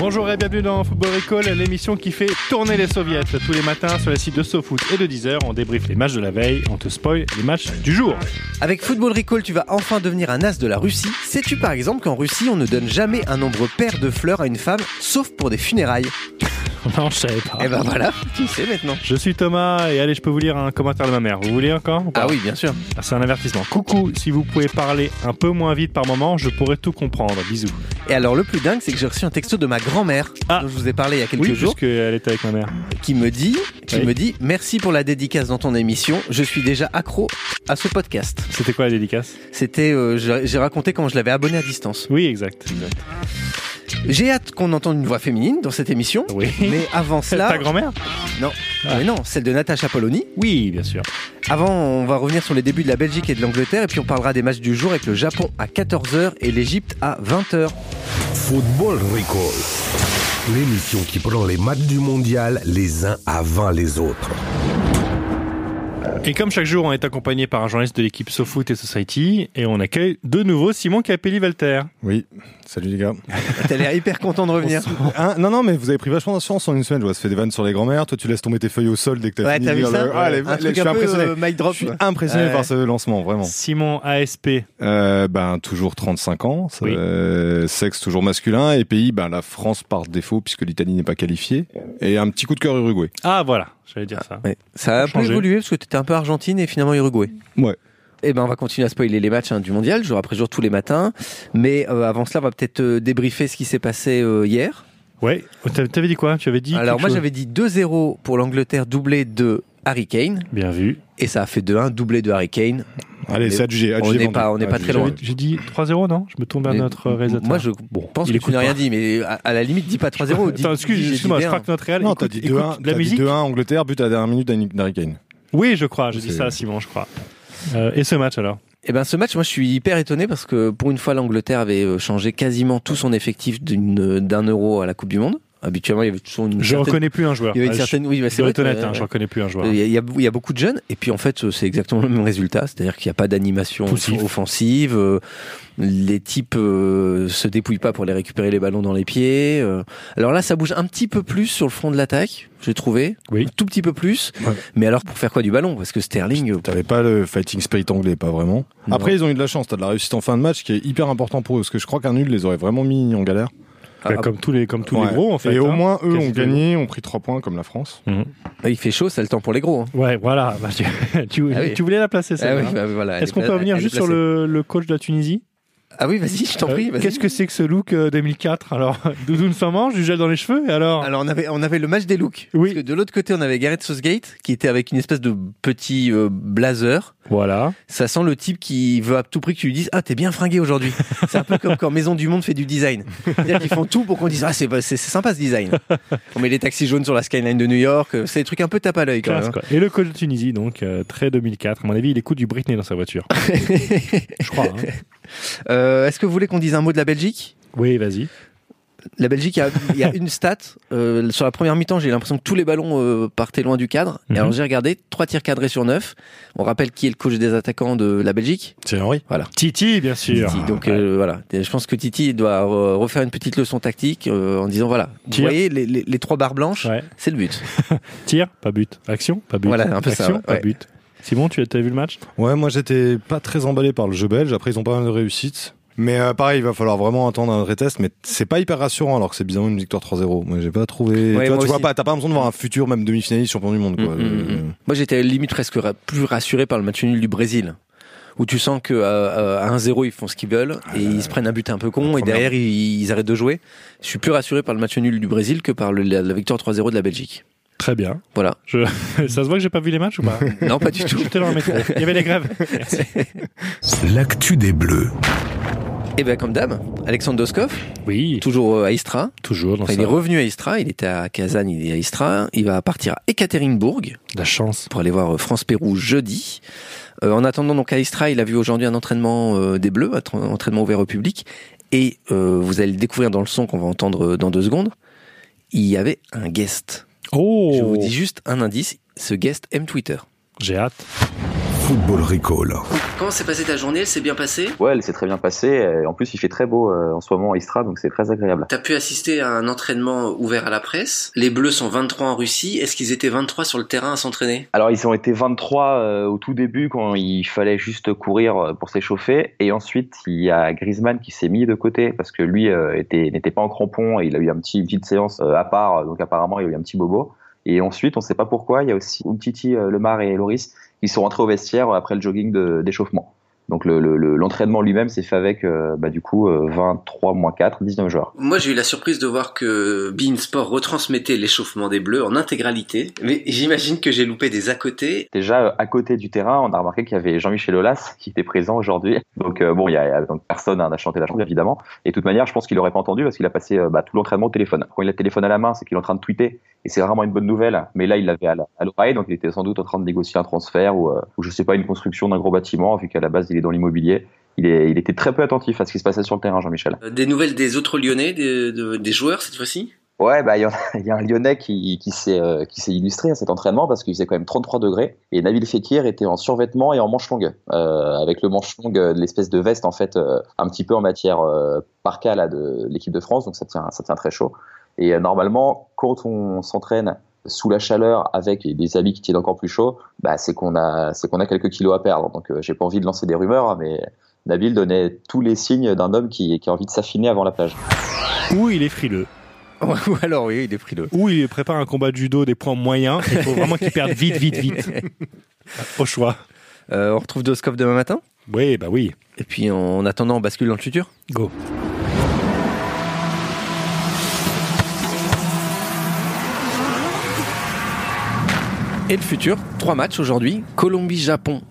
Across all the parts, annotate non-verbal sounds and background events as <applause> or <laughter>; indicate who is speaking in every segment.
Speaker 1: Bonjour et bienvenue dans Football Recall, l'émission qui fait tourner les soviets. Tous les matins sur les sites de SoFoot et de Deezer, on débriefe les matchs de la veille, on te spoil les matchs du jour.
Speaker 2: Avec Football Recall, tu vas enfin devenir un as de la Russie. Sais-tu par exemple qu'en Russie, on ne donne jamais un nombre pair de fleurs à une femme, sauf pour des funérailles
Speaker 1: Non, je savais pas.
Speaker 2: Eh ben voilà, <laughs> tu sais maintenant.
Speaker 1: Je suis Thomas et allez, je peux vous lire un commentaire de ma mère. Vous voulez encore ou pas
Speaker 2: Ah oui, bien sûr.
Speaker 1: Ah, C'est un avertissement. Coucou, si vous pouvez parler un peu moins vite par moment, je pourrais tout comprendre. Bisous.
Speaker 2: Et alors le plus dingue, c'est que j'ai reçu un texto de ma grand-mère,
Speaker 1: Ah.
Speaker 2: dont je vous ai parlé il y a quelques
Speaker 1: oui,
Speaker 2: jours,
Speaker 1: puisqu'elle était avec ma mère.
Speaker 2: qui me dit, qui
Speaker 1: Oui.
Speaker 2: me dit, merci pour la dédicace dans ton émission. Je suis déjà accro à ce podcast.
Speaker 1: C'était quoi la dédicace
Speaker 2: C'était, euh, j'ai j'ai raconté comment je l'avais abonné à distance.
Speaker 1: Oui, exact. exact.
Speaker 2: J'ai hâte qu'on entende une voix féminine dans cette émission.
Speaker 1: Oui. <laughs>
Speaker 2: Mais avant
Speaker 1: Ta
Speaker 2: cela,
Speaker 1: grand-mère
Speaker 2: non,
Speaker 1: Ah.
Speaker 2: mais non, celle de Natacha Polony.
Speaker 1: Oui, bien sûr.
Speaker 2: Avant, on va revenir sur les débuts de la Belgique et de l'Angleterre, et puis on parlera des matchs du jour avec le Japon à 14h et l'Égypte à 20h.
Speaker 3: Football Recall. L'émission qui prend les matchs du mondial les uns avant les autres.
Speaker 1: Et comme chaque jour, on est accompagné par un journaliste de l'équipe SoFoot et Society, et on accueille de nouveau Simon Capelli-Valter.
Speaker 4: Oui, salut les gars.
Speaker 2: T'as l'air hyper content de revenir.
Speaker 4: Hein, non, non, mais vous avez pris vachement d'assurance en une semaine. Je vois, ça fait des vannes sur les grands-mères. Toi, tu laisses tomber tes feuilles au sol dès que t'as
Speaker 2: Ouais,
Speaker 4: fini.
Speaker 2: t'as
Speaker 4: de
Speaker 2: vu
Speaker 4: lire
Speaker 2: ça
Speaker 4: le- Ah, les-
Speaker 2: Un
Speaker 4: les-
Speaker 2: truc
Speaker 4: je
Speaker 2: un
Speaker 4: suis
Speaker 2: peu
Speaker 4: impressionné.
Speaker 2: euh, mic drop.
Speaker 4: Je suis impressionné
Speaker 2: Ouais.
Speaker 4: par ce lancement, vraiment.
Speaker 1: Simon ASP.
Speaker 4: Euh, ben, toujours 35 ans, ça-
Speaker 1: Oui.
Speaker 4: euh, sexe toujours masculin, et pays, ben, la France par défaut, puisque l'Italie n'est pas qualifiée, et un petit coup de cœur Uruguay.
Speaker 1: Ah voilà, j'allais dire ça.
Speaker 2: Ouais. Ça a un peu
Speaker 1: Changé.
Speaker 2: évolué parce que t'étais un peu Argentine et finalement Uruguay.
Speaker 4: Ouais.
Speaker 2: Eh ben, on va continuer à spoiler les matchs hein, du mondial, jour après jour, tous les matins. Mais euh, avant cela, on va peut-être euh, débriefer ce qui s'est passé euh, hier.
Speaker 1: Ouais, oh, t'avais t'avais dit quoi Tu avais dit
Speaker 2: Alors,
Speaker 1: quelque
Speaker 2: moi,
Speaker 1: chose
Speaker 2: j'avais dit 2-0 pour l'Angleterre, doublé de Harry Kane.
Speaker 1: bien vu.
Speaker 2: Et ça a fait 2-1, doublé de Harry Kane.
Speaker 4: Allez,
Speaker 2: Mais
Speaker 4: c'est adjugé,
Speaker 2: on
Speaker 4: adjugé
Speaker 2: n'est
Speaker 4: vendu.
Speaker 2: pas- on n'est pas
Speaker 4: Ah, Adjugé.
Speaker 2: très loin.
Speaker 1: J'avais- J'ai dit 3-0 non Je me tourne vers
Speaker 2: Mais
Speaker 1: notre réalisateur.
Speaker 2: Moi, je
Speaker 1: Bon,
Speaker 2: pense
Speaker 1: il
Speaker 2: que tu
Speaker 1: écoute
Speaker 2: n'as
Speaker 1: pas.
Speaker 2: rien dit, mais à, à la limite, dis
Speaker 1: <laughs>
Speaker 2: pas 3-0. dis-
Speaker 1: Attends,
Speaker 2: dis-
Speaker 1: excuse,
Speaker 2: j'ai
Speaker 1: excuse-moi,
Speaker 2: dit
Speaker 1: je
Speaker 2: rien.
Speaker 1: crois que notre réal.
Speaker 4: Non,
Speaker 1: écoute-
Speaker 4: t'as dit
Speaker 1: écoute
Speaker 4: 2-1,
Speaker 1: La
Speaker 4: t'as dit
Speaker 1: musique
Speaker 4: 2-1 Angleterre, but à la dernière minute d'Harry Kane.
Speaker 1: Oui, je crois, j'ai dit
Speaker 4: C'est-
Speaker 1: ça à Simon, je crois. Euh, et ce match alors
Speaker 2: Eh ben, ce match, moi, je suis hyper étonné parce que pour une fois, l'Angleterre avait euh, changé quasiment tout son effectif d'une- d'un euro à la Coupe du Monde. Habituellement, il y avait toujours une
Speaker 1: Je
Speaker 2: certaine-
Speaker 1: reconnais plus un joueur.
Speaker 2: Il y avait une
Speaker 1: Ah, je-
Speaker 2: certaine, oui,
Speaker 1: je
Speaker 2: bah, c'est
Speaker 1: dois
Speaker 2: vrai
Speaker 1: être honnête,
Speaker 2: que,
Speaker 1: hein, je
Speaker 2: euh,
Speaker 1: reconnais plus un joueur.
Speaker 2: il y, a, il y a- il y a beaucoup de jeunes et puis en fait euh, c'est exactement le même résultat, c'est-à-dire qu'il n'y a pas d'animation
Speaker 1: Poussif.
Speaker 2: offensive, euh, les types euh, se dépouillent pas pour les récupérer les ballons dans les pieds. euh. Alors là ça bouge un petit peu plus sur le front de l'attaque, j'ai trouvé,
Speaker 1: Oui.
Speaker 2: un tout petit peu plus.
Speaker 4: Ouais.
Speaker 2: Mais alors pour faire quoi du ballon Parce que Sterling, euh,
Speaker 4: T'avais pas le fighting spirit anglais, pas vraiment.
Speaker 2: Non.
Speaker 4: Après, ils ont eu de la chance. T'as de la réussite en fin de match qui est hyper important pour eux. Parce que je crois qu'un nul les aurait vraiment mis en galère.
Speaker 2: ah,
Speaker 1: Bah, comme tous les comme tous
Speaker 4: Ouais.
Speaker 1: les gros en fait.
Speaker 4: Et au
Speaker 1: hein.
Speaker 4: moins, eux
Speaker 1: Quasi
Speaker 4: ont
Speaker 1: tous les
Speaker 4: gagné, ont pris 3 points comme la France.
Speaker 2: ah, il fait chaud, c'est le temps pour les gros. hein.
Speaker 1: Ouais, voilà. bah, tu, <laughs> tu-
Speaker 2: Ah oui.
Speaker 1: tu voulais la placer
Speaker 2: Ah
Speaker 1: celle-là.
Speaker 2: oui, bah, voilà, elle
Speaker 1: Est-ce qu'on
Speaker 2: pla-
Speaker 1: peut revenir
Speaker 2: elle est
Speaker 1: juste sur
Speaker 2: placée.
Speaker 1: le, le coach de la Tunisie
Speaker 2: Ah oui, vas-y, je t'en
Speaker 1: Euh,
Speaker 2: prie. vas-y.
Speaker 1: Qu'est-ce que c'est que ce look euh, 2004 Alors, <laughs> Doudoune sans manche, du gel dans les cheveux, et alors
Speaker 2: Alors on avait on avait le match des looks.
Speaker 1: Oui.
Speaker 2: Parce que de l'autre côté on avait Gareth Southgate qui était avec une espèce de petit euh, blazer.
Speaker 1: Voilà.
Speaker 2: Ça sent le type qui veut à tout prix que tu lui dises ah t'es bien fringué aujourd'hui. C'est un peu comme quand Maison du Monde fait du design. C'est-à-dire qu'ils font tout pour qu'on dise ah c'est c'est- c'est sympa ce design. On met les taxis jaunes sur la skyline de New York. euh, C'est des trucs un peu tape à l'œil quand
Speaker 1: Classe,
Speaker 2: même. hein.
Speaker 1: quoi. Et le coach de Tunisie, donc, euh, très 2004. À mon avis, il écoute du Britney dans sa voiture. Je crois. hein.
Speaker 2: <laughs> Euh, Est-ce que vous voulez qu'on dise un mot de la Belgique?
Speaker 1: Oui, vas-y.
Speaker 2: La Belgique, il y a, il y a une stat. euh, sur la première mi-temps, j'ai l'impression que tous les ballons euh, partaient loin du cadre.
Speaker 1: Mhm.
Speaker 2: Et alors j'ai regardé, trois tirs cadrés sur neuf. On rappelle qui est le coach des attaquants de la Belgique
Speaker 4: C'est Henri.
Speaker 1: Titi, bien sûr.
Speaker 2: Titi. Donc
Speaker 1: Ouais.
Speaker 2: euh, voilà, Et je pense que Titi doit euh, refaire une petite leçon tactique euh, en disant voilà, vous
Speaker 1: Tire.
Speaker 2: voyez les, les- les trois barres blanches,
Speaker 1: Ouais.
Speaker 2: c'est le but.
Speaker 1: Tire, pas but. Action, pas but.
Speaker 2: Voilà, un peu ça,
Speaker 1: Action,
Speaker 2: ouais.
Speaker 1: pas
Speaker 2: Ouais.
Speaker 1: but. Simon, tu as t'as vu le match
Speaker 4: Ouais, moi j'étais pas très emballé par le jeu belge. Après, ils ont pas mal de réussites. Mais euh, pareil, il va falloir vraiment attendre un vrai test. Mais c'est pas hyper rassurant alors que c'est bizarrement une victoire 3-0. Moi, j'ai pas trouvé.
Speaker 2: Ouais,
Speaker 4: tu vois,
Speaker 2: moi
Speaker 4: tu vois
Speaker 2: aussi.
Speaker 4: pas, t'as pas l'impression de voir un futur même demi-finaliste champion du monde. Quoi.
Speaker 2: Mm, mm,
Speaker 4: Euh,
Speaker 2: mm. Moi j'étais limite presque ra- plus rassuré par le match nul du Brésil. Où tu sens que euh, à 1-0 ils font ce qu'ils veulent
Speaker 1: Ah
Speaker 2: et ils se prennent un but un peu con et
Speaker 4: première.
Speaker 2: derrière ils, ils arrêtent de jouer. Je suis plus rassuré par le match nul du Brésil que par le- la, la victoire 3-0 de la Belgique.
Speaker 1: Très bien.
Speaker 2: Voilà.
Speaker 1: <laughs> ça se voit que j'ai pas vu les matchs ou
Speaker 2: <laughs>
Speaker 1: pas
Speaker 2: Non pas du tout.
Speaker 1: J'étais dans le métro. Il y avait les grèves. Merci.
Speaker 3: L'actu des Bleus.
Speaker 2: Et bien, comme dame, Alexandre Doskov,
Speaker 1: Oui,
Speaker 2: toujours euh, à Istra.
Speaker 1: toujours dans
Speaker 2: Enfin, il est revenu à Istra, il était à Kazan, il est à Istra. Il va partir à Ekaterinbourg
Speaker 1: la chance.
Speaker 2: pour aller voir euh, France-Pérou jeudi. Euh, en attendant, donc à Istra, il a vu aujourd'hui un entraînement euh, des Bleus, un tra- entraînement ouvert au public. Et euh, vous allez le découvrir dans le son qu'on va entendre euh, dans deux secondes. Il y avait un guest.
Speaker 1: Oh,
Speaker 2: Je vous dis juste un indice. Ce guest aime Twitter.
Speaker 1: j'ai hâte.
Speaker 3: Football Recall.
Speaker 2: Comment s'est passée ta journée Elle s'est bien passée
Speaker 5: Ouais, elle s'est très bien passée. Et En plus, il fait très beau euh, en ce moment à Istra, donc c'est très agréable.
Speaker 2: T'as pu assister à un entraînement ouvert à la presse. Les Bleus sont 23 en Russie. Est-ce qu'ils étaient 23 sur le terrain à s'entraîner
Speaker 5: Alors, ils ont été 23 euh, au tout début quand il fallait juste courir euh, pour s'échauffer. Et ensuite, il y a Griezmann qui s'est mis de côté parce que lui euh, était- n'était pas en crampon et il a eu un petit, une petite séance euh, à part. Donc, apparemment, il y a eu un petit bobo. Et ensuite, on ne sait pas pourquoi, il y a aussi Umtiti, euh, Lemar et Loris qui sont rentrés au vestiaire euh, après le jogging de- d'échauffement. Donc, le- le- le- l'entraînement lui-même s'est fait avec, euh, bah, du coup, euh, 23 moins 4, 19 joueurs.
Speaker 2: Moi, j'ai eu la surprise de voir que Bein Sport retransmettait l'échauffement des Bleus en intégralité. Mais j'imagine que j'ai loupé des à côté.
Speaker 5: Déjà, euh, à côté du terrain, on a remarqué qu'il y avait Jean-Michel Aulas qui était présent aujourd'hui. Donc, euh, bon, il y a, il y a- donc personne hein, n'a chanté la chanson, évidemment. Et de toute manière, je pense qu'il n'aurait pas entendu parce qu'il a passé euh, bah, tout l'entraînement au téléphone. Quand il a le téléphone à la main, c'est qu'il est en train de tweeter. Et c'est rarement une bonne nouvelle. Mais là, il l'avait à la- à l'oreille. Donc, il était sans doute en train de négocier un transfert ou, euh, ou je sais pas, une construction d'un gros bâtiment, vu qu'à la base, il est dans l'immobilier. Il, est- il était très peu attentif à ce qui se passait sur le terrain, Jean-Michel.
Speaker 2: Euh, Des nouvelles des autres Lyonnais, des, de- des joueurs cette fois-ci
Speaker 5: Ouais, bah, il y, en a- <laughs> il y a un Lyonnais qui, qui s'est euh, qui s'est illustré à cet entraînement parce qu'il faisait quand même 33 degrés et Nabil Fekir était en survêtement et en manche longue, euh, avec le manche longue, euh, l'espèce de veste en fait, euh, un petit peu en matière euh, parka là, de l'équipe de France, donc ça tient, ça tient très chaud. Et euh, normalement, quand on s'entraîne sous la chaleur avec des habits qui tiennent encore plus chaud, bah, c'est qu'on a, c'est qu'on a quelques kilos à perdre. Donc euh, j'ai pas envie de lancer des rumeurs, hein, mais Nabil donnait tous les signes d'un homme qui, qui a envie de s'affiner avant la plage.
Speaker 1: Ou il est frileux,
Speaker 2: Ou alors, oui, il est pris le.
Speaker 1: ou il prépare un combat de judo des points moyens. Il faut vraiment qu'il perde vite, vite,
Speaker 4: <laughs>
Speaker 1: vite. Au choix.
Speaker 2: Euh, on retrouve Doskov demain matin.
Speaker 1: Oui, bah oui.
Speaker 2: Et puis, en attendant, on bascule dans le futur.
Speaker 1: Go.
Speaker 2: Et le futur, trois matchs aujourd'hui. Colombie-Japon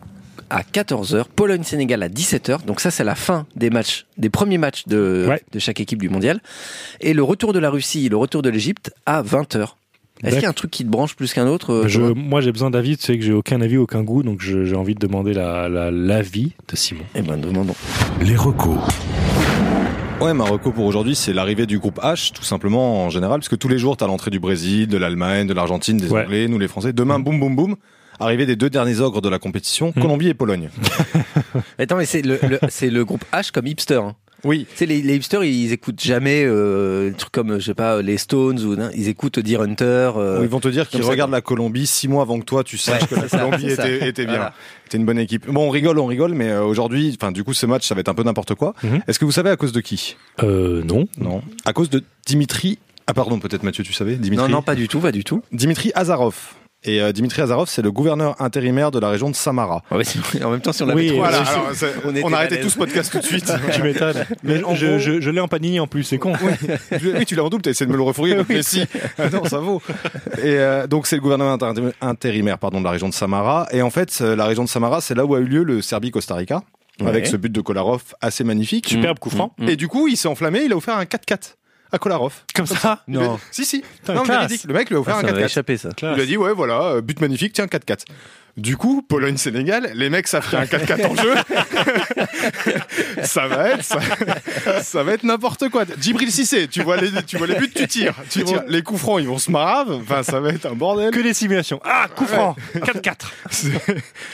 Speaker 2: à 14h, Pologne-Sénégal à 17h. Donc ça, c'est la fin des matchs, des premiers matchs de,
Speaker 1: Ouais.
Speaker 2: de chaque équipe du mondial. Et le retour de la Russie et le retour de l'Égypte à 20h. Est-ce qu'il y a un truc qui te branche plus qu'un autre euh,
Speaker 1: Je-
Speaker 2: Thomas
Speaker 1: moi, j'ai besoin d'avis. Tu sais que j'ai aucun avis, aucun goût, donc je- j'ai envie de demander la- la- l'avis de Simon.
Speaker 2: Eh ben, demandons.
Speaker 3: Les recos.
Speaker 4: Ouais, ma reco pour aujourd'hui, c'est l'arrivée du groupe H, tout simplement en général, parce que tous les jours, t'as l'entrée du Brésil, de l'Allemagne, de l'Argentine, des
Speaker 1: Ouais.
Speaker 4: Anglais, nous les Français. Demain, boum, boum, boum. Arrivée des deux derniers ogres de la compétition, Colombie et Pologne.
Speaker 2: Attends, mais c'est le, le- <laughs> c'est le groupe H comme hipster. hein.
Speaker 4: Oui.
Speaker 2: Tu sais, les, les hipsters, ils écoutent jamais euh, des trucs comme, je sais pas, les Stones ou non, ils écoutent Deer Hunter. euh,
Speaker 4: Ils vont te dire qu'ils
Speaker 2: comme ça,
Speaker 4: regardent la Colombie six mois avant que toi, tu saches
Speaker 2: Ouais,
Speaker 4: que la
Speaker 2: c'est ça,
Speaker 4: Colombie
Speaker 2: c'est ça.
Speaker 4: était, était bien.
Speaker 2: Voilà.
Speaker 4: C'était une bonne équipe. Bon, on rigole, on rigole, mais euh, aujourd'hui, enfin, du coup, ce match, ça va être un peu n'importe quoi.
Speaker 1: Mhm.
Speaker 4: Est-ce que vous savez à cause de qui
Speaker 1: Euh,
Speaker 4: <laughs>
Speaker 1: non.
Speaker 4: Non. À cause de Dimitri. Ah, pardon, peut-être Mathieu, tu savais Dimitri
Speaker 2: Non, non, pas du tout, pas du tout.
Speaker 4: Dimitri Azarov. Et euh, Dimitri Azarov, c'est le gouverneur intérimaire de la région de Samara.
Speaker 2: Ah ouais, c'est- <laughs> en même temps, si on l'avait
Speaker 1: Oui,
Speaker 2: trop,
Speaker 1: voilà,
Speaker 2: je-
Speaker 4: alors, c'est-
Speaker 2: on était
Speaker 4: on a arrêté
Speaker 2: à l'aise.
Speaker 4: tout ce podcast tout de <laughs> suite.
Speaker 1: Tu m'étonnes. Mais
Speaker 4: en
Speaker 1: je
Speaker 4: gros-
Speaker 1: je- je l'ai en panini en plus, c'est con.
Speaker 4: Je- oui, tu l'as en double, t'as essayé de me le refourguer, donc, mais si. Ah Non, ça vaut. Et euh, donc, c'est le gouvernement intérim- intérimaire pardon, de la région de Samara. Et en fait, euh, la région de Samara, c'est là où a eu lieu le Serbie-Costa Rica, avec
Speaker 2: Ouais.
Speaker 4: ce but de Kolarov assez
Speaker 1: <laughs>
Speaker 4: magnifique.
Speaker 1: Superbe coup franc.
Speaker 4: Et du coup, il s'est enflammé, il a offert un 4-4 à Kolarov.
Speaker 1: Comme ça
Speaker 4: Il lui a- Si, si. Non, mais
Speaker 1: classe.
Speaker 4: véridique, le mec lui a offert
Speaker 2: Ah,
Speaker 4: un
Speaker 2: ça m'avait
Speaker 4: 4-4.
Speaker 2: échappé, ça.
Speaker 4: Il a dit, ouais, voilà, euh, but magnifique, tiens, 4-4. Du coup, Pologne-Sénégal, les mecs, ça fait un 4-4 en jeu. <laughs> ça va être, ça, ça va être n'importe quoi. Djibril Cissé, tu vois les, tu vois les buts, tu tires. Tu vois, les coups francs, ils vont se marave. Enfin, ça va être un bordel.
Speaker 1: Que des simulations. Ah, coup franc <laughs> 4-4.
Speaker 4: C'est-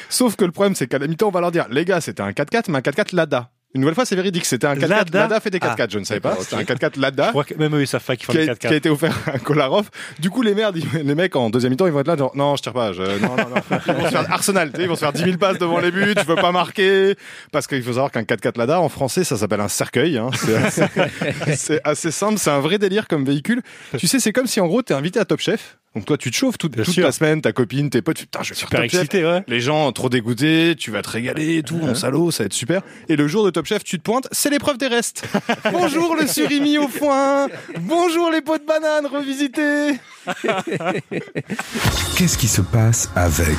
Speaker 4: Sauf que le problème, c'est qu'à la mi-temps, on va leur dire, les gars, c'était un 4-4, mais un 4-4 Lada. Une nouvelle fois, c'est véridique, c'était un 4-4 Lada.
Speaker 1: Lada. Ah.
Speaker 4: fait des 4-4, je ne savais pas. C'était un 4-4 Lada
Speaker 1: Je crois que même eux, ils savent pas qu'ils font
Speaker 4: qui
Speaker 1: le
Speaker 4: a, qui a
Speaker 1: 4-4.
Speaker 4: été offert à Kolarov. Du coup, les, merdes, ils- les mecs, en deuxième mi-temps, ils vont être là, genre, non, je tire pas. Je, non, non, non. Ils vont se faire Arsenal, tu sais, ils vont se faire 10 000 passes devant les buts, je veux pas marquer. Parce qu'il faut savoir qu'un 4-4 Lada, en français, ça s'appelle un cercueil. hein. C'est
Speaker 1: <laughs>
Speaker 4: assez, c'est assez simple, c'est un vrai délire comme véhicule. Tu sais, c'est comme si, en gros, t'es invité à Top Chef. Donc toi, tu te chauffes toute,
Speaker 1: Bien
Speaker 4: toute
Speaker 1: sûr.
Speaker 4: la semaine, ta copine, tes potes, tu fais, putain, je vais faire
Speaker 1: Super
Speaker 4: Top Chef.
Speaker 1: excité, ouais.
Speaker 4: Les gens trop dégoûtés, tu vas te régaler, et tout, mon salaud, ça va être super. Et le jour de Top Chef, tu te pointes, c'est l'épreuve
Speaker 2: <laughs>
Speaker 4: des restes. Bonjour le surimi au foin. Bonjour les pots de banane revisités.
Speaker 3: Qu'est-ce qui se passe avec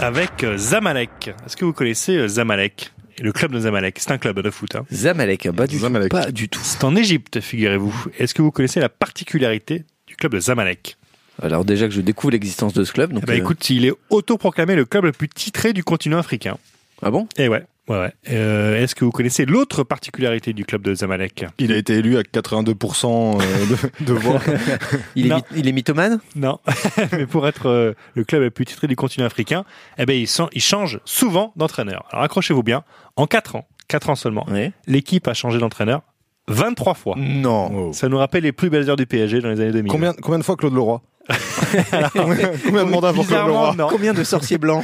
Speaker 1: Avec euh, Zamalek. Est-ce que vous connaissez euh, Zamalek le club de Zamalek. C'est un club de foot. hein.
Speaker 2: Zamalek, pas du
Speaker 4: Zamalek.
Speaker 2: tout. Pas du tout.
Speaker 1: C'est en Égypte, figurez-vous. Est-ce que vous connaissez la particularité du club de Zamalek
Speaker 2: Alors déjà que je découvre l'existence de ce club, donc.
Speaker 1: Bah
Speaker 2: euh,
Speaker 1: écoute, il est autoproclamé le club le plus titré du continent africain.
Speaker 2: Ah bon
Speaker 1: Eh ouais. Ouais, ouais. Euh, Est-ce que vous connaissez l'autre particularité du club de Zamalek
Speaker 4: Il a été élu à 82% <laughs> euh, de, de voix.
Speaker 2: il est,
Speaker 1: Non.
Speaker 2: myth- il est mythomane
Speaker 1: <laughs> Non, <laughs> mais pour être euh, le club le plus titré du continent africain, eh ben, il, sen- il change souvent d'entraîneur. Alors accrochez-vous bien, en 4 ans, 4 ans seulement,
Speaker 2: Oui.
Speaker 1: l'équipe a changé d'entraîneur 23 fois.
Speaker 4: Non.
Speaker 1: Ça nous rappelle les plus belles heures du PSG dans les années 2000. <laughs>
Speaker 4: Mmh. Combien, combien de fois Claude Leroy Combien combien de mandats pour Claude
Speaker 1: Bizarrement,
Speaker 4: Leroy
Speaker 1: non.
Speaker 2: Combien de sorciers blancs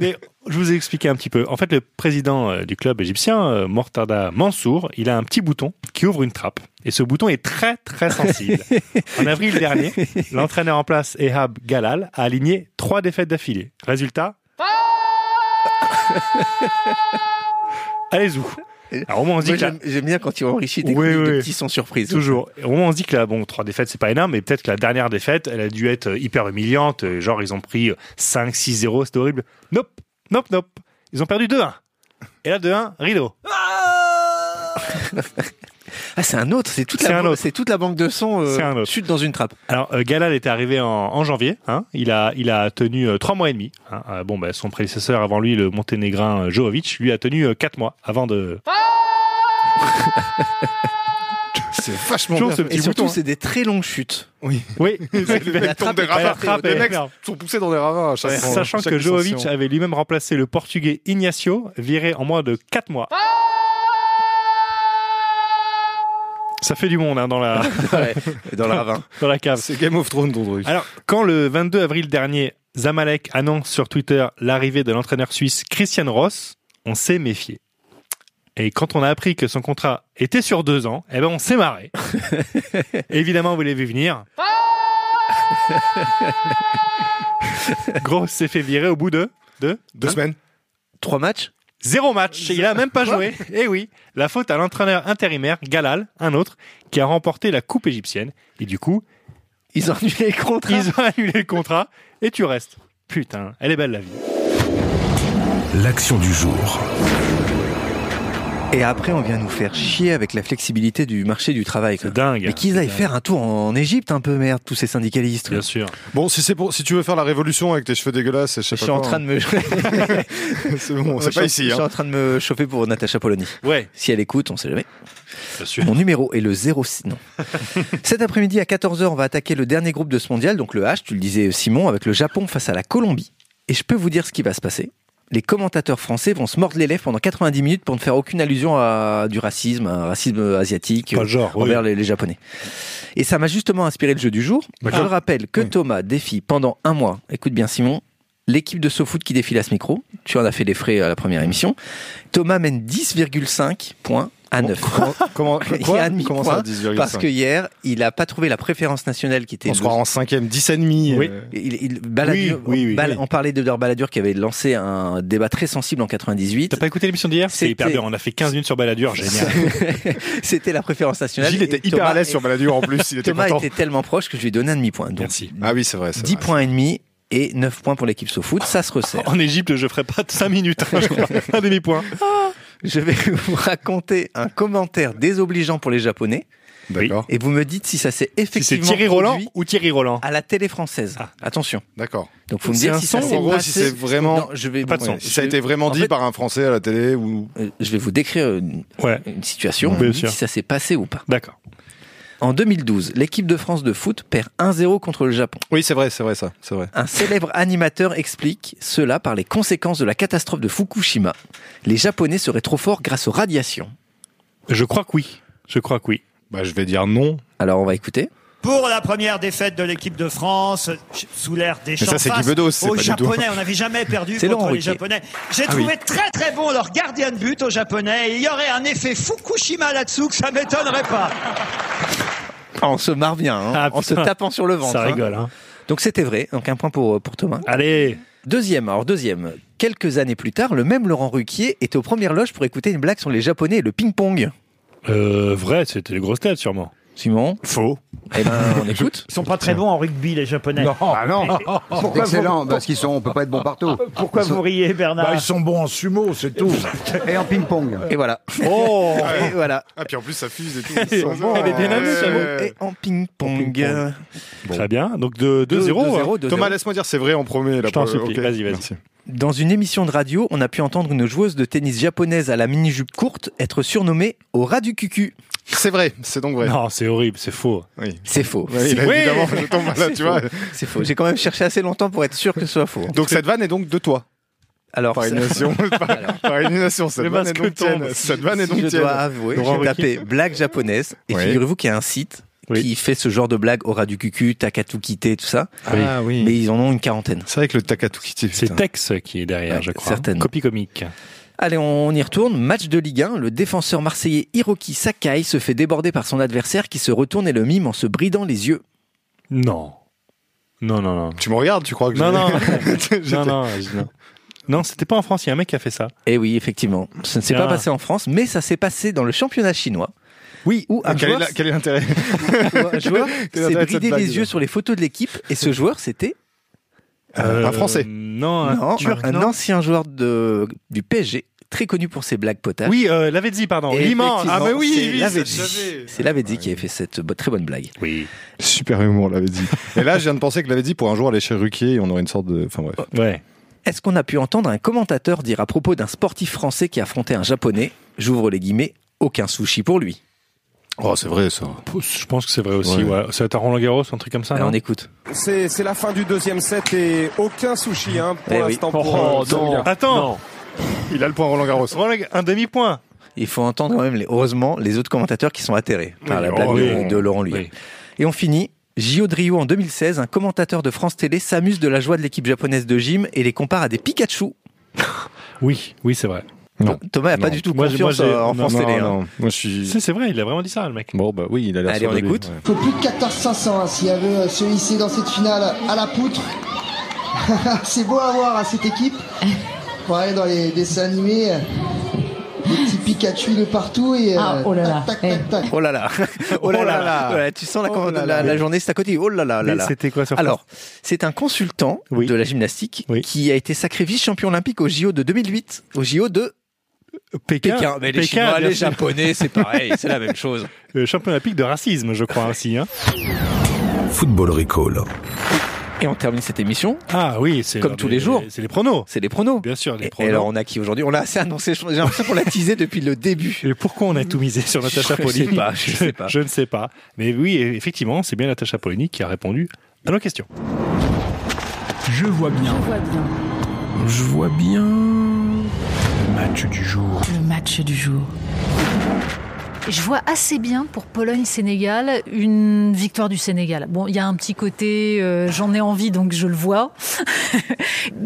Speaker 1: Mais je vous ai expliqué un petit peu. En fait, le président euh, du club égyptien, euh, Mortada Mansour, il a un petit bouton qui ouvre une trappe. Et ce bouton est très, très sensible. en avril dernier, l'entraîneur en place, Ehab Galal, a aligné trois défaites d'affilée. Résultat Allez-y. Alors, au moins, on se dit
Speaker 2: Moi,
Speaker 1: que la-
Speaker 2: J'aime j'aime bien quand ils enrichissent des
Speaker 1: Oui,
Speaker 2: chroniques de
Speaker 1: oui.
Speaker 2: petits sans surprise.
Speaker 1: Toujours. Et Au moins, on se dit que là, bon, trois défaites, c'est pas énorme, mais peut-être que la dernière défaite, elle a dû être euh, hyper humiliante. euh, Genre, ils ont pris euh, 5, 6, 0, c'était horrible. Nope, nope, nope. Ils ont perdu 2-1. Et là, 2-1, rideau.
Speaker 2: Ah, c'est un autre, c'est toute,
Speaker 1: C'est un
Speaker 2: la ban-
Speaker 1: autre.
Speaker 2: c'est toute la banque de son euh,
Speaker 1: C'est un autre.
Speaker 2: chute dans une trappe.
Speaker 1: Alors, euh, Galal était arrivé en, en janvier. hein. Il, a, il a tenu 3 mois et demi. hein. Euh, bon, bah, son prédécesseur avant lui, le monténégrin euh, Jovovic, lui a tenu 4 mois avant de.
Speaker 4: <laughs> C'est vachement
Speaker 1: Toujours
Speaker 4: bien.
Speaker 1: ce
Speaker 4: fait.
Speaker 1: petit
Speaker 2: Et surtout,
Speaker 1: bouton. hein.
Speaker 2: c'est des très longues chutes.
Speaker 1: <laughs> Oui,
Speaker 4: Les mecs tombent des
Speaker 2: trappe est-
Speaker 4: ravins.
Speaker 2: la trappe
Speaker 1: est
Speaker 4: Les mecs
Speaker 1: énorme.
Speaker 4: sont poussés dans des ravins à chaque
Speaker 1: Ouais,
Speaker 4: fois.
Speaker 1: Sachant
Speaker 4: chaque
Speaker 1: que Jovovic
Speaker 4: ascension.
Speaker 1: avait lui-même remplacé le portugais Ignacio, viré en moins de 4 mois. Ça fait du monde hein, dans, la,
Speaker 2: <laughs>
Speaker 1: <laughs>
Speaker 2: Ouais, dans le ravin.
Speaker 1: dans la cave.
Speaker 4: C'est Game of Thrones ton truc.
Speaker 1: Alors, quand le 22 avril dernier, Zamalek annonce sur Twitter l'arrivée de l'entraîneur suisse Christian Ross, on s'est méfié. Et quand on a appris que son contrat était sur deux ans, eh ben on s'est <laughs> marré. Évidemment, vous l'avez vu <laughs> venir. Gross s'est fait virer au bout de, de
Speaker 4: Deux semaines
Speaker 2: Trois matchs
Speaker 1: Hein Zéro match, il a même pas joué. Eh oui, la faute à l'entraîneur intérimaire Galal, un autre, qui a remporté la coupe égyptienne. Et du coup,
Speaker 2: Ils ont annulé les contrats.
Speaker 1: ils ont <laughs> annulé le contrat et tu restes. Putain, elle est belle la vie.
Speaker 3: L'action du jour.
Speaker 2: Et après, on vient nous faire chier avec la flexibilité du marché du travail. quoi.
Speaker 1: C'est dingue.
Speaker 2: Mais qu'ils aillent faire un tour en Égypte un peu, merde, tous ces syndicalistes. quoi.
Speaker 1: Bien sûr.
Speaker 4: Bon, si, c'est pour, si tu veux faire la révolution avec tes cheveux dégueulasses, et je sais
Speaker 2: Je
Speaker 4: pas
Speaker 2: suis en train <laughs> de me.
Speaker 4: de... <laughs> C'est bon,
Speaker 2: Je
Speaker 4: c'est
Speaker 2: suis en-
Speaker 4: pas ici.
Speaker 2: Je suis
Speaker 4: Hein.
Speaker 2: en train de me chauffer pour Natacha Polony.
Speaker 1: Ouais,
Speaker 2: Si elle écoute, on sait jamais.
Speaker 1: bien sûr.
Speaker 2: Mon numéro est le 06. Non. Cet après-midi à 14h, on va attaquer le dernier groupe de ce mondial, donc le H, tu le disais Simon, avec le Japon face à la Colombie. Et je peux vous dire ce qui va se passer. Les commentateurs français vont se mordre les lèvres pendant 90 minutes pour ne faire aucune allusion à du racisme, à un racisme asiatique
Speaker 1: Pas le genre. oui.
Speaker 2: envers les, les Japonais. Et ça m'a justement inspiré le jeu du jour. Je
Speaker 1: D'accord.
Speaker 2: le rappelle que Thomas défie pendant un mois, écoute bien Simon, l'équipe de SoFoot qui défile à ce micro. Tu en as fait les frais à la première émission. Thomas mène 10,5 points à 9.
Speaker 4: Comment,
Speaker 2: Il y a
Speaker 4: quoi
Speaker 2: un demi-point
Speaker 4: Comment ça, 10,5
Speaker 2: Parce que hier, il a pas trouvé la préférence nationale qui était.
Speaker 4: On se croit en cinquième, 10,5.
Speaker 1: Oui.
Speaker 4: euh,
Speaker 2: Il, il- Balladur-
Speaker 1: Oui, oui, oui,
Speaker 2: Bal-
Speaker 1: oui.
Speaker 2: On parlait d'Odor Balladur qui avait lancé un débat très sensible en 98.
Speaker 1: T'as pas écouté l'émission d'hier C'est
Speaker 2: C'était-
Speaker 1: hyper bien. On a fait 15 minutes sur Balladur, génial.
Speaker 2: <laughs> C'était la préférence nationale.
Speaker 4: Gilles était
Speaker 2: Et
Speaker 4: hyper
Speaker 2: Thomas-
Speaker 4: à l'aise sur Balladur en plus,
Speaker 2: <laughs>
Speaker 4: il était
Speaker 2: Thomas
Speaker 4: content.
Speaker 2: était tellement proche que je lui ai donné un demi-point. Donc,
Speaker 1: Merci.
Speaker 4: Ah oui, c'est vrai. c'est
Speaker 2: 10
Speaker 4: vrai.
Speaker 2: points et demi et 9 points pour l'équipe SoFoot. Ça se
Speaker 4: <laughs>
Speaker 2: resserre.
Speaker 1: En Égypte, je ferai pas 5 minutes. <laughs> hein, je crois. Un demi-point.
Speaker 2: Je vais vous raconter un commentaire désobligeant pour les Japonais
Speaker 4: D'accord,
Speaker 2: et vous me dites si ça s'est
Speaker 1: Si c'est
Speaker 2: effectivement
Speaker 1: Thierry Roland
Speaker 2: produit
Speaker 1: ou Thierry Roland
Speaker 2: à la télé française.
Speaker 1: Ah.
Speaker 2: Attention.
Speaker 4: d'accord.
Speaker 2: Donc, faut me
Speaker 1: C'est
Speaker 2: dire
Speaker 1: un
Speaker 2: si ça
Speaker 1: son,
Speaker 2: s'est
Speaker 4: en gros,
Speaker 2: passé-
Speaker 4: si c'est vraiment-
Speaker 2: Non, je vais.
Speaker 1: Pas de
Speaker 2: ouais,
Speaker 1: son.
Speaker 4: Si
Speaker 2: je
Speaker 4: ça a
Speaker 2: vais-
Speaker 4: été vraiment
Speaker 2: en
Speaker 4: dit
Speaker 2: fait,
Speaker 4: par un Français à la télé ou...
Speaker 2: Euh, je vais vous décrire une,
Speaker 1: Ah. Ouais.
Speaker 2: une situation,
Speaker 1: Bien
Speaker 2: on dit
Speaker 1: sûr.
Speaker 2: si ça s'est passé ou pas.
Speaker 1: D'accord.
Speaker 2: En 2012, l'équipe de France de foot perd 1-0 contre le Japon.
Speaker 4: Oui, c'est vrai, c'est vrai ça, c'est vrai.
Speaker 2: Un célèbre animateur explique cela par les conséquences de la catastrophe de Fukushima. Les Japonais seraient trop forts grâce aux radiations.
Speaker 1: Je crois que oui. Je crois que oui.
Speaker 4: Bah, je vais dire non.
Speaker 2: Alors on va écouter.
Speaker 6: Pour la première défaite de l'équipe de France, ch- sous l'ère des
Speaker 4: ça, c'est Guibedos, c'est
Speaker 6: aux
Speaker 4: pas du
Speaker 6: Japonais, on n'avait
Speaker 7: <laughs>
Speaker 6: jamais perdu
Speaker 2: C'est
Speaker 6: contre
Speaker 2: Laurent
Speaker 6: les
Speaker 2: Ruquier.
Speaker 6: Japonais.
Speaker 7: Ah
Speaker 6: J'ai trouvé très très bon leur gardien de but aux Japonais. Il y aurait un effet Fukushima là-dessous que ça m'étonnerait pas.
Speaker 2: On se marre bien, hein,
Speaker 1: Ah,
Speaker 2: en se
Speaker 1: putain.
Speaker 2: tapant sur le ventre.
Speaker 1: Ça
Speaker 2: hein.
Speaker 1: rigole. Hein.
Speaker 2: Donc c'était vrai, donc un point pour, euh, pour Thomas.
Speaker 1: Allez.
Speaker 2: Deuxième, alors deuxième. Quelques années plus tard, le même Laurent Ruquier était aux premières loges pour écouter une blague sur les Japonais et le ping-pong.
Speaker 1: Euh, vrai, c'était les grosses têtes sûrement.
Speaker 2: Simon
Speaker 4: Faux.
Speaker 2: Eh ben, on écoute.
Speaker 7: Ils sont pas très bons en rugby, les Japonais.
Speaker 4: Ah non
Speaker 8: C'est excellent, parce qu'ils sont, on peut pas être bon partout.
Speaker 7: Pourquoi vous riez, Bernard
Speaker 9: Bah, ils sont bons en sumo, c'est tout.
Speaker 8: Et en ping-pong.
Speaker 2: <laughs> <laughs> Et voilà. Oh Et <laughs> voilà.
Speaker 4: Ah, puis en plus, ça fuse et tout. Eh,
Speaker 2: Elle est bien
Speaker 4: Ouais.
Speaker 2: amenée, Simon. Et en ping-pong. hein.
Speaker 1: Très bien. Donc de hein. 2-0.
Speaker 2: 2-0, 2-0.
Speaker 4: Eh, Thomas, laisse-moi dire, c'est vrai en premier. Là,
Speaker 1: Je t'en
Speaker 4: pour-
Speaker 1: supplie.
Speaker 4: ok.
Speaker 1: Vas-y, vas-y.
Speaker 4: Merci.
Speaker 2: Dans une émission de radio, on a pu entendre une joueuse de tennis japonaise à la mini-jupe courte être surnommée au rat du cucu.
Speaker 4: C'est vrai, c'est donc vrai.
Speaker 1: Non, c'est horrible, c'est faux.
Speaker 4: Oui.
Speaker 2: C'est faux.
Speaker 4: Oui, là,
Speaker 1: Oui.
Speaker 4: évidemment, je tombe là, tu vois.
Speaker 2: <laughs> C'est faux. J'ai quand même cherché assez longtemps pour être sûr que ce soit faux.
Speaker 4: Donc cette vanne est donc de toi.
Speaker 2: Alors,
Speaker 4: Par
Speaker 2: ça- <laughs>
Speaker 4: élimination. par, par élimination, cette
Speaker 1: Le
Speaker 4: vanne est
Speaker 1: masque
Speaker 4: donc
Speaker 1: tombe.
Speaker 4: tienne. Cette vanne est
Speaker 2: si je
Speaker 4: donc tienne.
Speaker 2: dois avouer,
Speaker 1: Laurent
Speaker 2: j'ai tapé blague japonaise et
Speaker 4: Oui.
Speaker 2: figurez-vous qu'il y a un site
Speaker 1: Oui.
Speaker 2: qui fait ce genre de blague au rat du cucu, t'as qu'à tout quitter, tout ça.
Speaker 4: Ah oui.
Speaker 2: Mais ils en ont une quarantaine.
Speaker 4: C'est vrai que le Takatukiti.
Speaker 1: C'est Tex qui est derrière,
Speaker 2: Ouais,
Speaker 1: je crois.
Speaker 2: certainement.
Speaker 1: Copie comique.
Speaker 2: Allez, on y retourne. Match de Ligue 1. Le défenseur marseillais Hiroki Sakai se fait déborder par son adversaire qui se retourne et le mime en se bridant les yeux.
Speaker 1: Non. Non, non, non.
Speaker 4: Tu me regardes, tu crois que
Speaker 1: Non,
Speaker 4: je-
Speaker 1: non. <laughs>
Speaker 4: <laughs> J'étais-
Speaker 1: non, non, je- non. Non, c'était pas en France, il y a un mec qui a fait ça.
Speaker 2: Eh oui, effectivement. Ça ne s'est
Speaker 1: Tiens.
Speaker 2: pas passé en France, mais ça s'est passé dans le championnat <laughs> chinois. Oui, où un
Speaker 4: euh, Quel est
Speaker 2: joueur,
Speaker 4: la- Quel est l'intérêt
Speaker 2: un joueur
Speaker 4: Quel est l'intérêt de
Speaker 2: s'est
Speaker 4: cette
Speaker 2: bridé
Speaker 4: blague,
Speaker 2: les yeux
Speaker 4: déjà
Speaker 2: sur les photos de l'équipe et ce joueur, c'était
Speaker 4: <laughs> Euh, Un Français.
Speaker 1: Non, un
Speaker 2: non,
Speaker 1: Turc.
Speaker 2: un,
Speaker 1: non.
Speaker 2: ancien joueur de, du PSG, très connu pour ses blagues potaches.
Speaker 1: Oui, euh, Lavezzi, pardon.
Speaker 2: Et
Speaker 1: L'immense.
Speaker 2: effectivement,
Speaker 1: Ah, mais oui,
Speaker 2: c'est
Speaker 1: oui,
Speaker 2: Lavezzi.
Speaker 1: ça, je savais.
Speaker 2: C'est Lavezzi qui a fait cette bo- très bonne blague.
Speaker 1: Oui.
Speaker 4: Super humour, l'avait dit. Et là, je viens de penser que l'avait dit pour un jour aller chez Ruquier et on aurait une sorte de. Enfin bref.
Speaker 1: Ouais.
Speaker 2: Est-ce qu'on a pu entendre un commentateur dire à propos d'un sportif français qui affrontait un japonais, j'ouvre les guillemets, aucun sushi pour lui
Speaker 4: Oh, c'est vrai ça.
Speaker 1: Je pense que c'est vrai aussi. Ouais.
Speaker 4: Ouais.
Speaker 1: Ça va être à Roland Garros, un truc comme ça.
Speaker 2: Alors
Speaker 1: Ah non
Speaker 2: on écoute.
Speaker 10: C'est c'est la fin du deuxième set et aucun sushi hein, pour
Speaker 2: Eh oui.
Speaker 10: l'instant pour euh, Zhang Liang.
Speaker 1: Attends,
Speaker 4: Il a le point Roland Garros.
Speaker 1: Roland Ga- un demi-point.
Speaker 2: Il faut entendre quand même, les- heureusement, les autres commentateurs qui sont atterrés par la
Speaker 4: oh
Speaker 2: blague de-
Speaker 4: oui.
Speaker 2: de Laurent Lui.
Speaker 1: Oui.
Speaker 2: Et on finit. Gio Drio en 2016, un commentateur de France Télé s'amuse de la joie de l'équipe japonaise de gym et les compare à des Pikachu.
Speaker 1: Oui, oui, c'est vrai.
Speaker 4: Non.
Speaker 2: Thomas n'a pas
Speaker 4: Non.
Speaker 2: du tout
Speaker 1: Moi, j'ai- moi,
Speaker 2: confiance
Speaker 1: j'ai-
Speaker 2: euh, en
Speaker 1: non,
Speaker 2: France
Speaker 4: non,
Speaker 2: Télé. hein.
Speaker 4: non. Moi, je suis.
Speaker 1: Si, c'est vrai, il a vraiment dit ça, le
Speaker 2: Oh
Speaker 1: mec.
Speaker 4: Bon, bah oui, il a l'air
Speaker 2: Allez,
Speaker 4: sûr
Speaker 2: on
Speaker 4: de lui.
Speaker 2: écoute.
Speaker 4: Ouais.
Speaker 11: faut plus de 14 500 hein, si elle veut euh, se hisser dans cette finale à la poutre. <laughs> c'est beau à voir à cette équipe. Ouais, dans les dessins animés, euh, des petits Pikachu de partout et euh,
Speaker 12: Ah, oh là là,
Speaker 11: tac tac tac. tac.
Speaker 2: Oh là là. <laughs> oh là là. Voilà, tu sens la,
Speaker 4: Oh là
Speaker 2: la-
Speaker 4: là.
Speaker 2: la journée, c'est à côté. Oh là là là
Speaker 1: Mais
Speaker 2: là.
Speaker 1: C'était quoi sur
Speaker 2: Alors, c'est un consultant
Speaker 1: Oui.
Speaker 2: de la gymnastique
Speaker 1: Oui.
Speaker 2: qui a été sacré vice-champion olympique au JO de 2008, au JO de
Speaker 1: Pékin,
Speaker 2: Pékin. Mais les
Speaker 1: Pékin,
Speaker 2: Chinois,
Speaker 1: bien
Speaker 2: les
Speaker 1: sûr. <laughs>
Speaker 2: Japonais, c'est pareil, c'est la même chose.
Speaker 1: Euh, champion olympique de racisme, je crois aussi. Hein.
Speaker 3: Football Recall.
Speaker 2: Et on termine cette émission,
Speaker 1: Ah oui, c'est
Speaker 2: Comme
Speaker 1: leur-
Speaker 2: tous les jours.
Speaker 1: C'est les pronos.
Speaker 2: c'est les pronos.
Speaker 1: Bien sûr, les
Speaker 2: Et, et
Speaker 1: pronos.
Speaker 2: alors, on a qui aujourd'hui On l'a assez annoncé, j'ai l'impression qu'on l'a teasé depuis le début.
Speaker 1: <laughs> Et pourquoi on a tout misé <laughs> sur Natacha
Speaker 2: Je sais
Speaker 1: Polony
Speaker 2: pas, je
Speaker 1: <laughs>
Speaker 2: sais pas.
Speaker 1: ne sais pas. Mais oui, effectivement, c'est bien Natacha Polony qui a répondu à nos questions.
Speaker 10: Je vois bien.
Speaker 3: Je vois bien.
Speaker 10: Match du jour.
Speaker 12: Le match du jour.
Speaker 11: Je vois assez bien pour Pologne-Sénégal une victoire du Sénégal. Bon, il y a un petit côté, euh, j'en ai envie donc je le vois. <laughs>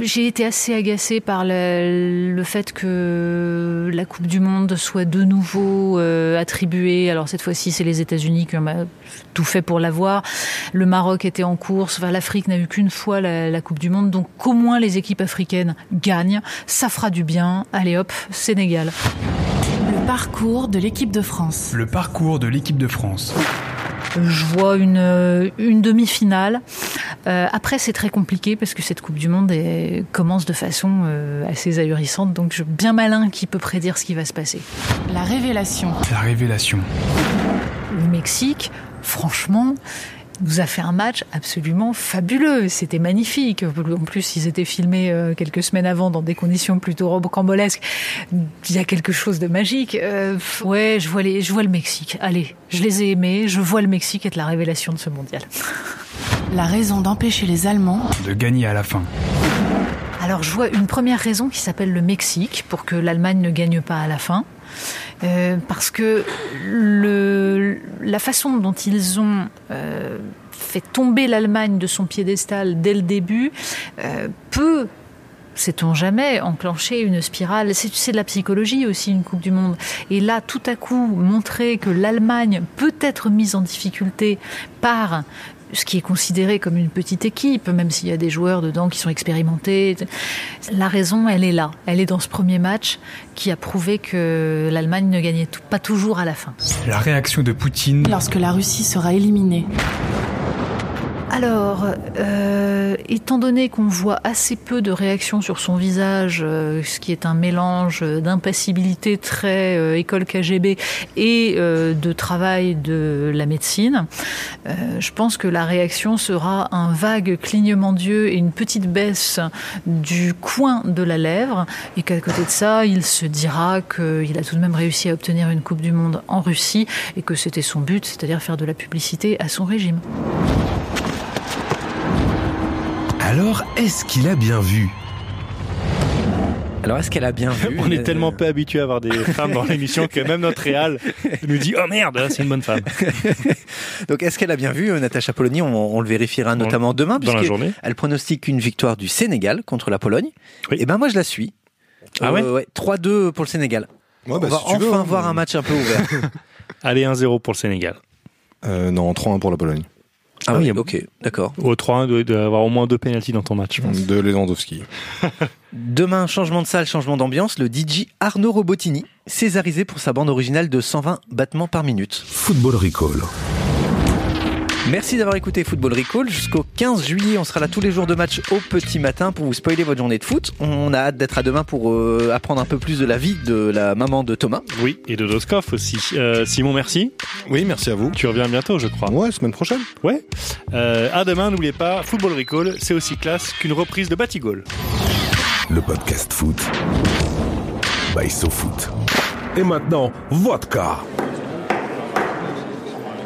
Speaker 11: J'ai été assez agacée par le, le fait que la Coupe du Monde soit de nouveau euh, attribuée. Alors cette fois-ci, c'est les États-Unis qui ont euh, tout fait pour l'avoir. Le Maroc était en course. Enfin, L'Afrique n'a eu qu'une fois la, la Coupe du Monde. Donc qu'au moins les équipes africaines gagnent. Ça fera du bien. Allez hop, Sénégal.
Speaker 12: Le parcours de l'équipe de France.
Speaker 10: Le parcours de l'équipe de France.
Speaker 11: Je vois une, euh, une demi-finale. Euh, après, c'est très compliqué parce que cette Coupe du Monde est- commence de façon euh, assez ahurissante. Donc, je, bien malin qui peut prédire ce qui va se passer.
Speaker 12: La révélation.
Speaker 10: La révélation.
Speaker 11: Le Mexique, franchement, nous a fait un match absolument fabuleux. C'était magnifique. En plus, ils étaient filmés euh, quelques semaines avant dans des conditions plutôt rocambolesques. Il y a quelque chose de magique. Euh, pff, ouais, je vois, les, je vois le Mexique. Allez, je les ai aimés. Je vois le Mexique être la révélation de ce mondial.
Speaker 12: La raison d'empêcher les Allemands.
Speaker 10: De gagner à la fin.
Speaker 11: Alors je vois une première raison qui s'appelle le Mexique pour que l'Allemagne ne gagne pas à la fin. Euh, parce que le, la façon dont ils ont euh, fait tomber l'Allemagne de son piédestal dès le début euh, peut, sait-on jamais, enclencher une spirale. C'est c'est de la psychologie aussi, une Coupe du Monde. Et là, tout à coup, montrer que l'Allemagne peut être mise en difficulté par ce qui est considéré comme une petite équipe, même s'il y a des joueurs dedans qui sont expérimentés. La raison, elle est là. Elle est dans ce premier match qui a prouvé que l'Allemagne ne gagnait tout- pas toujours à la fin.
Speaker 9: La réaction de Poutine.
Speaker 13: Lorsque la Russie sera éliminée.
Speaker 11: Alors, euh, étant donné qu'on voit assez peu de réactions sur son visage, euh, ce qui est un mélange d'impassibilité très euh, école KGB et euh, de travail de la médecine, euh, je pense que la réaction sera un vague clignement d'yeux et une petite baisse du coin de la lèvre, et qu'à côté de ça, il se dira qu'il a tout de même réussi à obtenir une Coupe du Monde en Russie et que c'était son but, c'est-à-dire faire de la publicité à son régime.
Speaker 3: Alors, est-ce qu'il a bien vu
Speaker 2: Alors, est-ce qu'elle
Speaker 1: <laughs>
Speaker 2: a bien vu
Speaker 1: On est tellement peu habitué à avoir des femmes dans l'émission que même notre réal nous dit Oh merde, c'est une bonne femme.
Speaker 2: Donc, est-ce qu'elle a bien vu, euh, Natacha Polony on, on le vérifiera notamment demain,
Speaker 1: dans la
Speaker 2: puisque
Speaker 1: journée.
Speaker 2: elle pronostique une victoire du Sénégal contre la Pologne. Et ben moi, je la suis. Euh,
Speaker 1: Ah ouais
Speaker 2: 3-2 pour le Sénégal.
Speaker 4: bah,
Speaker 2: on va
Speaker 4: si tu veux,
Speaker 2: enfin
Speaker 4: hein.
Speaker 2: voir un match un peu
Speaker 4: <laughs>
Speaker 2: ouvert.
Speaker 1: Allez, 1-0 pour le Sénégal.
Speaker 4: Euh, non, 3-1 pour la Pologne.
Speaker 2: Ah
Speaker 1: il
Speaker 2: oui,
Speaker 1: y a-
Speaker 2: ok, d'accord.
Speaker 1: Au 3-1, il doit- il doit y avoir au moins deux pénalties dans ton match, je pense.
Speaker 4: De Lewandowski.
Speaker 2: Demain, changement de salle, changement d'ambiance, le DJ Arnaud Robotini, césarisé pour sa bande originale de 120 battements par minute.
Speaker 3: Football Recall.
Speaker 2: Merci d'avoir écouté Football Recall. Jusqu'au 15 juillet, on sera là tous les jours de match au petit matin pour vous spoiler votre journée de foot. On a hâte d'être à demain pour euh, apprendre un peu plus de la vie de la maman de Thomas.
Speaker 1: Oui, et de Doskov aussi. Euh, Simon, merci.
Speaker 4: Oui, merci à vous.
Speaker 1: Tu reviens bientôt, je crois.
Speaker 4: Ouais, semaine prochaine.
Speaker 1: Ouais. Euh, à demain, n'oubliez pas, Football Recall, c'est aussi classe qu'une reprise de Batigol.
Speaker 3: Le podcast foot. By SoFoot. Et maintenant, vodka.